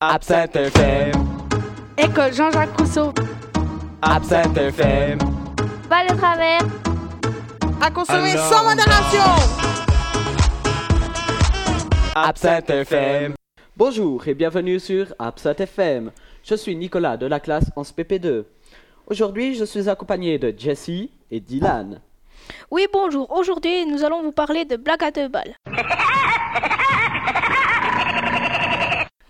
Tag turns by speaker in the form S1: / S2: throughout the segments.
S1: Absinthe FM,
S2: École Jean-Jacques Rousseau,
S1: Absinthe FM,
S3: Pas le travers.
S4: à consommer sans modération.
S1: Absinthe FM,
S5: Bonjour et bienvenue sur Absat FM. Je suis Nicolas de la classe 11 PP2. Aujourd'hui, je suis accompagné de Jessie et Dylan.
S6: Oui, bonjour. Aujourd'hui, nous allons vous parler de blagues à deux balles.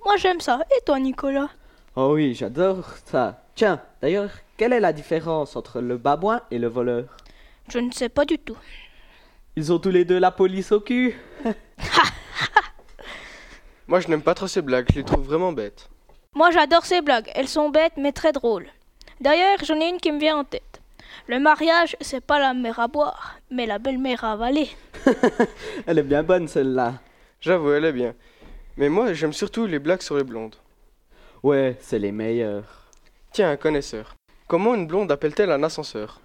S6: Moi, j'aime ça. Et toi, Nicolas
S5: Oh oui, j'adore ça. Tiens, d'ailleurs, quelle est la différence entre le babouin et le voleur
S6: Je ne sais pas du tout.
S5: Ils ont tous les deux la police au cul.
S7: Moi, je n'aime pas trop ces blagues, je les trouve vraiment bêtes.
S6: Moi, j'adore ces blagues. Elles sont bêtes, mais très drôles. D'ailleurs, j'en ai une qui me vient en tête. Le mariage, c'est pas la mère à boire, mais la belle-mère à avaler.
S5: Elle est bien bonne celle-là.
S7: J'avoue, elle est bien. Mais moi, j'aime surtout les blagues sur les blondes.
S5: Ouais, c'est les meilleurs.
S7: Tiens, un connaisseur. Comment une blonde appelle-t-elle un ascenseur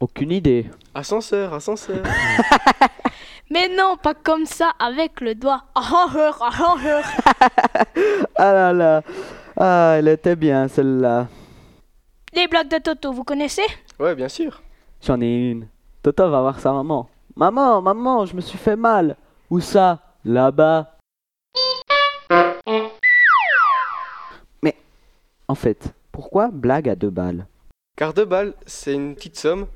S5: Aucune idée.
S7: Ascenseur, ascenseur.
S6: Mais non, pas comme ça, avec le doigt. Ah, ah, ah, ah, ah.
S5: Ah là là. Ah, elle était bien celle-là.
S6: Les blagues de Toto, vous connaissez
S7: ouais, bien sûr.
S5: J'en ai une. Toto va voir sa maman. Maman, maman, je me suis fait mal. Où ça Là-bas. Mais, en fait, pourquoi blague à deux balles
S7: Car deux balles, c'est une petite somme.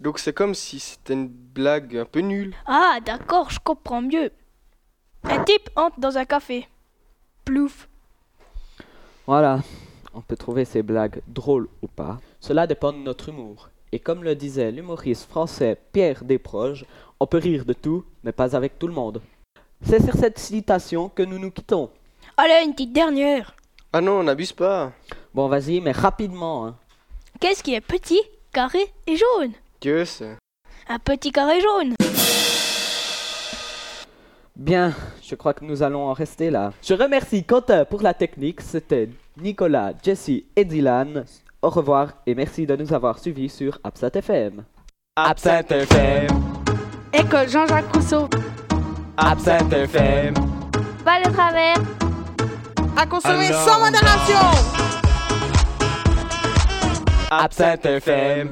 S7: Donc c'est comme si c'était une blague un peu nulle.
S6: Ah, d'accord, je comprends mieux. Un type entre dans un café. Plouf.
S5: Voilà, on peut trouver ces blagues drôles ou pas. Cela dépend de notre humour. Et comme le disait l'humoriste français Pierre Desproges, on peut rire de tout, mais pas avec tout le monde. C'est sur cette citation que nous nous quittons.
S6: Allez, une petite dernière.
S7: Ah non, on n'abuse pas.
S5: Bon, vas-y, mais rapidement. hein.
S6: Qu'est-ce qui est petit, carré et jaune
S7: Dieu sait.
S6: Un petit carré jaune.
S5: Bien, je crois que nous allons en rester là. Je remercie Quentin pour la technique. C'était Nicolas, Jesse et Dylan. Au revoir et merci de nous avoir suivis sur Absat FM.
S1: Absinthe FM,
S2: École Jean-Jacques Rousseau.
S1: Absinthe FM,
S3: Pas le travers.
S4: À consommer
S1: Alors.
S4: sans modération.
S1: Absinthe FM.